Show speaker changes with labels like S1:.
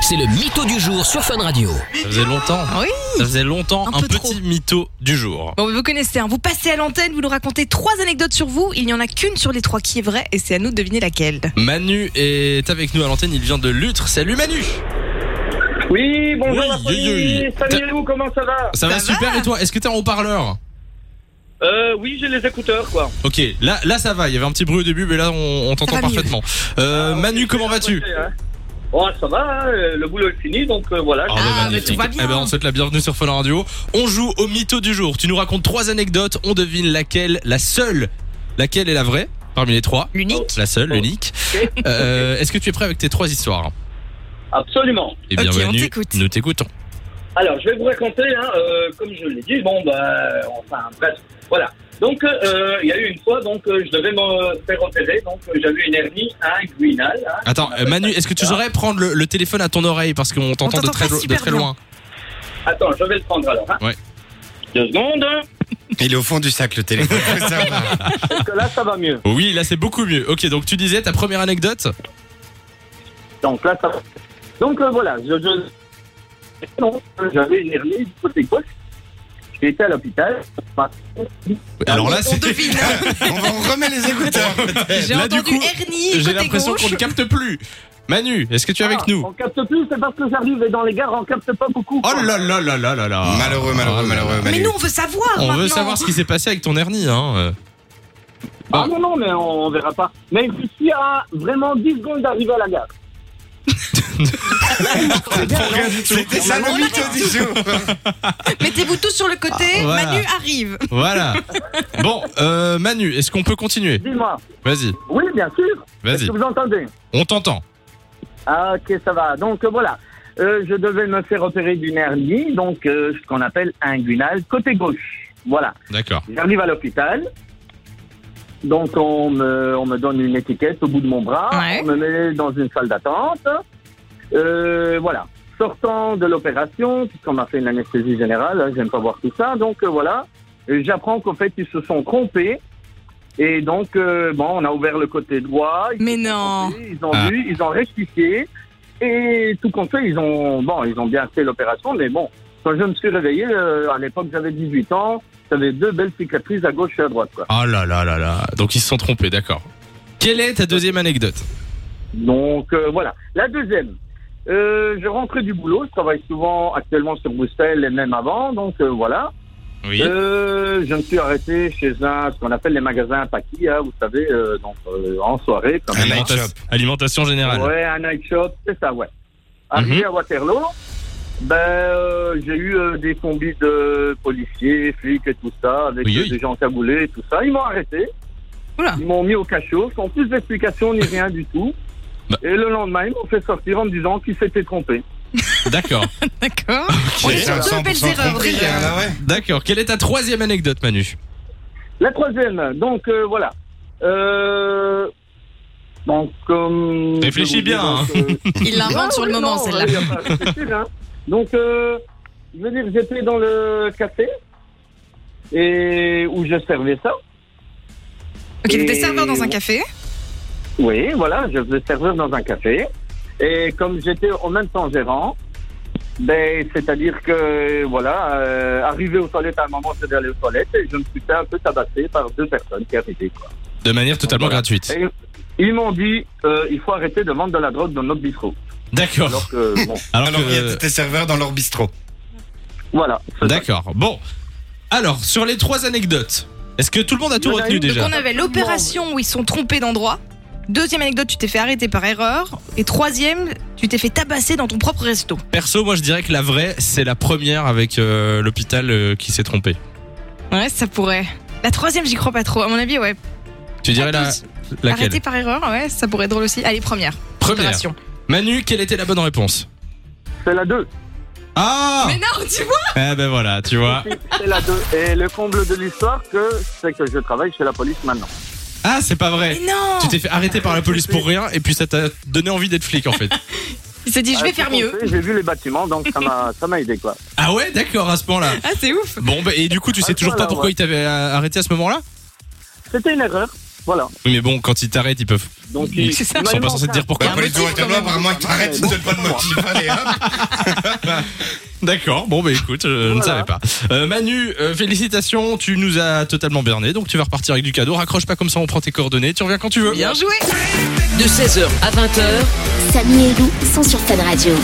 S1: C'est le mytho du jour sur Fun Radio.
S2: Ça faisait longtemps.
S3: Ah Oui.
S2: Ça faisait longtemps.
S3: Un
S2: Un,
S3: peu trop.
S2: petit mytho du jour.
S3: Bon, vous connaissez, hein. vous passez à l'antenne, vous nous racontez trois anecdotes sur vous. Il n'y en a qu'une sur les trois qui est vraie et c'est à nous de deviner laquelle.
S2: Manu est avec nous à l'antenne. Il vient de Lutre. Salut Manu.
S4: Oui, bonjour
S2: Oui,
S4: la famille.
S2: oui, oui.
S4: Salut les loups, comment ça va
S2: Ça, va,
S3: va
S2: super et toi Est-ce que t'es en haut-parleur
S4: Euh, oui, j'ai les écouteurs, quoi.
S2: Ok. Là, là ça va. Il y avait un petit bruit au début, mais là on, on t'entend
S3: va mieux. Ah,
S2: parfaitement.
S4: Ah,
S2: Euh, Manu, comment vas-tu
S4: Ouais, hein. Oh, ça va, hein, euh, le boulot est fini, donc euh, voilà.
S2: bah,
S3: Ah, mais
S2: magnifique.
S3: tout va bien.
S2: Eh ben, on te souhaite la bienvenue sur Fun Radio. On joue au mytho du jour. Tu nous racontes trois anecdotes. On devine laquelle, la seule, laquelle est la vraie parmi les trois.
S3: L'unique.
S2: La seule,
S4: Oh.
S2: l'unique.
S4: Ok.
S2: Euh, Est-ce que tu es prêt avec tes trois histoires
S4: Absolument.
S2: Eh
S3: Ok,
S2: bien,
S3: on
S2: Manu,
S3: t'écoute.
S2: nous t'écoutons.
S4: Alors, je vais vous raconter, hein, euh, comme je l'ai dit, bon, bah, enfin, bref, voilà. Donc, euh, il y a eu une fois, donc, euh, je devais me faire opérer, donc, euh, j'avais une hernie inguinale. hein.
S2: Attends, euh, Manu, est-ce que tu saurais prendre le, le téléphone à ton oreille parce qu'on t'entend de
S3: t'entend
S2: très,
S3: pas
S2: lo- de
S3: super
S2: très
S3: bien.
S4: hein.
S2: loin
S4: Attends, je vais le prendre alors. Hein.
S2: Ouais.
S4: Deux secondes, hein,
S5: Il est au fond du sac le téléphone. Ça va.
S4: parce que là, ça va mieux.
S2: Oh Oui, là c'est beaucoup mieux. Ok, donc tu disais ta première anecdote.
S4: Donc là, ça va. Donc euh, voilà, je, je... non, j'avais une hernie du côté gauche. J'étais à l'hôpital. Enfin,
S2: Alors là,
S3: On
S2: c'est
S3: devine. hein.
S5: On, va- on remet les écouteurs.
S3: J'ai
S2: Là, du
S3: entendu
S2: coup,
S3: hernie
S2: j'ai
S3: côté
S2: l'impression
S3: gauche.
S2: qu'on ne capte plus. Manu, est-ce que tu es avec
S4: ah,
S2: nous
S4: On capte plus, c'est parce que j'arrive et dans les gares, on capte pas beaucoup.
S2: Oh
S4: quoi.
S2: là là là là là là.
S5: Malheureux, malheureux,
S2: Ah,
S5: malheureux.
S3: Mais
S5: Manu.
S3: nous, on veut savoir.
S2: On veut
S3: maintenant.
S2: savoir ce qui s'est passé avec ton hernie. Hein. euh.
S4: Ah non, non, mais on, on verra pas. Mais je suis à vraiment 10 secondes d'arriver à la gare.
S5: C'était ça le mytho du jour.
S3: Mettez-vous tous sur le côté.
S2: Ah, voilà.
S3: Manu arrive.
S2: Voilà. bon, euh, Manu, est-ce qu'on peut continuer
S4: Dis-moi.
S2: Vas-y,
S4: Oui, bien sûr. Est-ce
S2: vas-y.
S4: que vous entendez
S2: On t'entend.
S4: Ah, ok, ça va. Donc euh, voilà, Euh, je devais me faire opérer d'une hernie, donc euh, ce qu'on appelle inguinale, côté gauche. Voilà.
S2: D'accord.
S4: J'arrive à l'hôpital. Donc, on me, on me donne une étiquette au bout de mon bras.
S3: Ouais.
S4: On me met dans une salle d'attente. Euh, voilà. Sortant de l'opération, puisqu'on m'a fait une anesthésie générale, hein, j'aime pas voir tout ça. Donc, euh, voilà. Et J'apprends qu'en fait, ils se sont trompés. Et donc, euh, bon, on a ouvert le côté droit. Ils
S3: Mais
S4: se sont
S3: non.
S4: trompés, Ils ont
S2: Ah.
S4: vu, ils ont rectifié. Et tout compte fait, ils ont, bon, ils ont bien fait l'opération, mais bon, quand je me suis réveillé, euh, à l'époque, j'avais 18 ans, j'avais deux belles cicatrices à gauche et à droite, quoi.
S2: Oh là là là là. Donc ils se sont trompés, d'accord. Quelle est ta deuxième anecdote
S4: Donc, euh, voilà. La deuxième, euh, je rentrais du boulot, je travaille souvent actuellement sur Bruxelles et même avant, donc euh, voilà.
S2: Oui.
S4: Euh, je me suis arrêté chez un, ce qu'on appelle les magasins à paquis, hein, vous savez, euh, donc euh, en soirée, quand
S5: Un
S4: même.
S5: night shop.
S2: Alimentation générale.
S4: Ouais, un night shop, c'est ça, ouais. Arrivé à Waterloo, ben, euh, j'ai eu euh, des combis de policiers, flics et tout ça, avec
S2: Oui,
S4: euh,
S2: oui.
S4: des gens cagoulés et tout ça. Ils m'ont arrêté.
S3: Oula.
S4: Ils m'ont mis au cachot, sans plus d'explications ni rien du tout.
S2: Bah.
S4: Et le lendemain, ils m'ont fait sortir en me disant qu'ils s'étaient trompés.
S2: D'accord.
S3: D'accord. On est
S5: C'est un
S3: sur deux
S5: 100%
S3: belles erreurs
S5: compris,
S3: déjà.
S5: hein, là, ouais.
S2: D'accord. Quelle est ta troisième anecdote, Manu
S4: La troisième, donc euh, voilà. Euh, donc, comme.
S2: Réfléchis
S4: je vous dis,
S2: bien, hein.
S4: donc, euh,
S3: Il l'invente
S4: Ah,
S3: sur le
S4: oui,
S3: moment,
S4: non,
S3: celle-là.
S4: il y a pas de souci, hein. Donc, euh, je veux dire, j'étais dans le café et où je servais ça.
S3: Ok, il était
S4: Et-
S3: serveur dans un café.
S4: Oui, voilà, je faisais serveur dans un café. Et comme j'étais en même temps gérant, ben, c'est-à-dire que, voilà, euh, arrivé aux toilettes à un moment, j'étais allé aux toilettes et je me suis fait un peu tabasser par deux personnes qui arrivaient. quoi.
S2: De manière totalement
S4: Voilà.
S2: gratuite.
S4: Et ils m'ont dit, euh, il faut arrêter de vendre de la drogue dans notre bistrot.
S2: D'accord.
S4: Alors que, bon,
S5: Alors
S2: que-
S5: qu'il y a tes serveurs dans leur bistrot.
S4: voilà. c'est ça.
S2: D'accord. Bon. Alors, sur les trois anecdotes, est-ce que tout le monde a tout
S4: Il y en a
S2: retenu
S4: une de
S2: déjà
S3: Donc on avait l'opération où ils se sont trompés d'endroit. Deuxième anecdote, tu t'es fait arrêter par erreur. Et troisième, tu t'es fait tabasser dans ton propre resto.
S2: Perso, moi je dirais que la vraie, c'est la première avec euh, l'hôpital euh, qui s'est trompé.
S3: Ouais, ça pourrait. La troisième, j'y crois pas trop. À mon avis, ouais.
S2: Tu dirais
S4: Ah,
S2: la,
S3: Tous
S2: laquelle
S3: Arrêté par erreur, ouais, ça pourrait être drôle aussi. Allez, première.
S2: Première.
S3: Opération.
S2: Manu, quelle était la bonne réponse
S4: C'est la 2.
S2: Ah
S3: Mais non, tu vois
S2: Eh ben voilà, tu vois.
S4: C'est la deux. Et le comble de l'histoire, que c'est que je travaille chez la police maintenant.
S2: Ah, c'est pas
S3: Mais
S2: vrai
S3: non
S2: Tu t'es fait arrêter par la police pour rien et puis ça t'a donné envie d'être flic en fait.
S3: Il s'est dit, je vais
S4: Ah,
S3: faire
S4: tout
S3: mieux.
S4: compte fait, J'ai vu les bâtiments, donc ça m'a, ça m'a aidé, quoi.
S2: Ah ouais, d'accord, à ce point-là.
S3: Ah, c'est ouf
S2: Bon, bah, et du coup, tu sais
S4: Ah,
S2: toujours
S4: voilà,
S2: pas pourquoi
S4: ouais.
S2: il t'avait euh, arrêté à ce moment-là
S4: C'était une erreur. Voilà.
S2: Oui, mais bon, quand ils t'arrêtent, ils peuvent
S4: Donc,
S2: Ils sont pas censés te dire pourquoi.
S5: Bah, pour les tours tableau, apparemment, ils t'arrêtent, ils te donnent pas de motif. Allez, hop.
S2: D'accord, bon bah écoute, euh, je ne
S4: Voilà.
S2: savais pas. Euh, Manu, euh, félicitations, tu nous as totalement berné, donc tu vas repartir avec du cadeau. Raccroche pas comme ça, on prend tes coordonnées, tu reviens quand tu veux.
S3: Bien joué
S1: De 16h à 20h,
S6: Samy et Lou sont sur Fan Radio.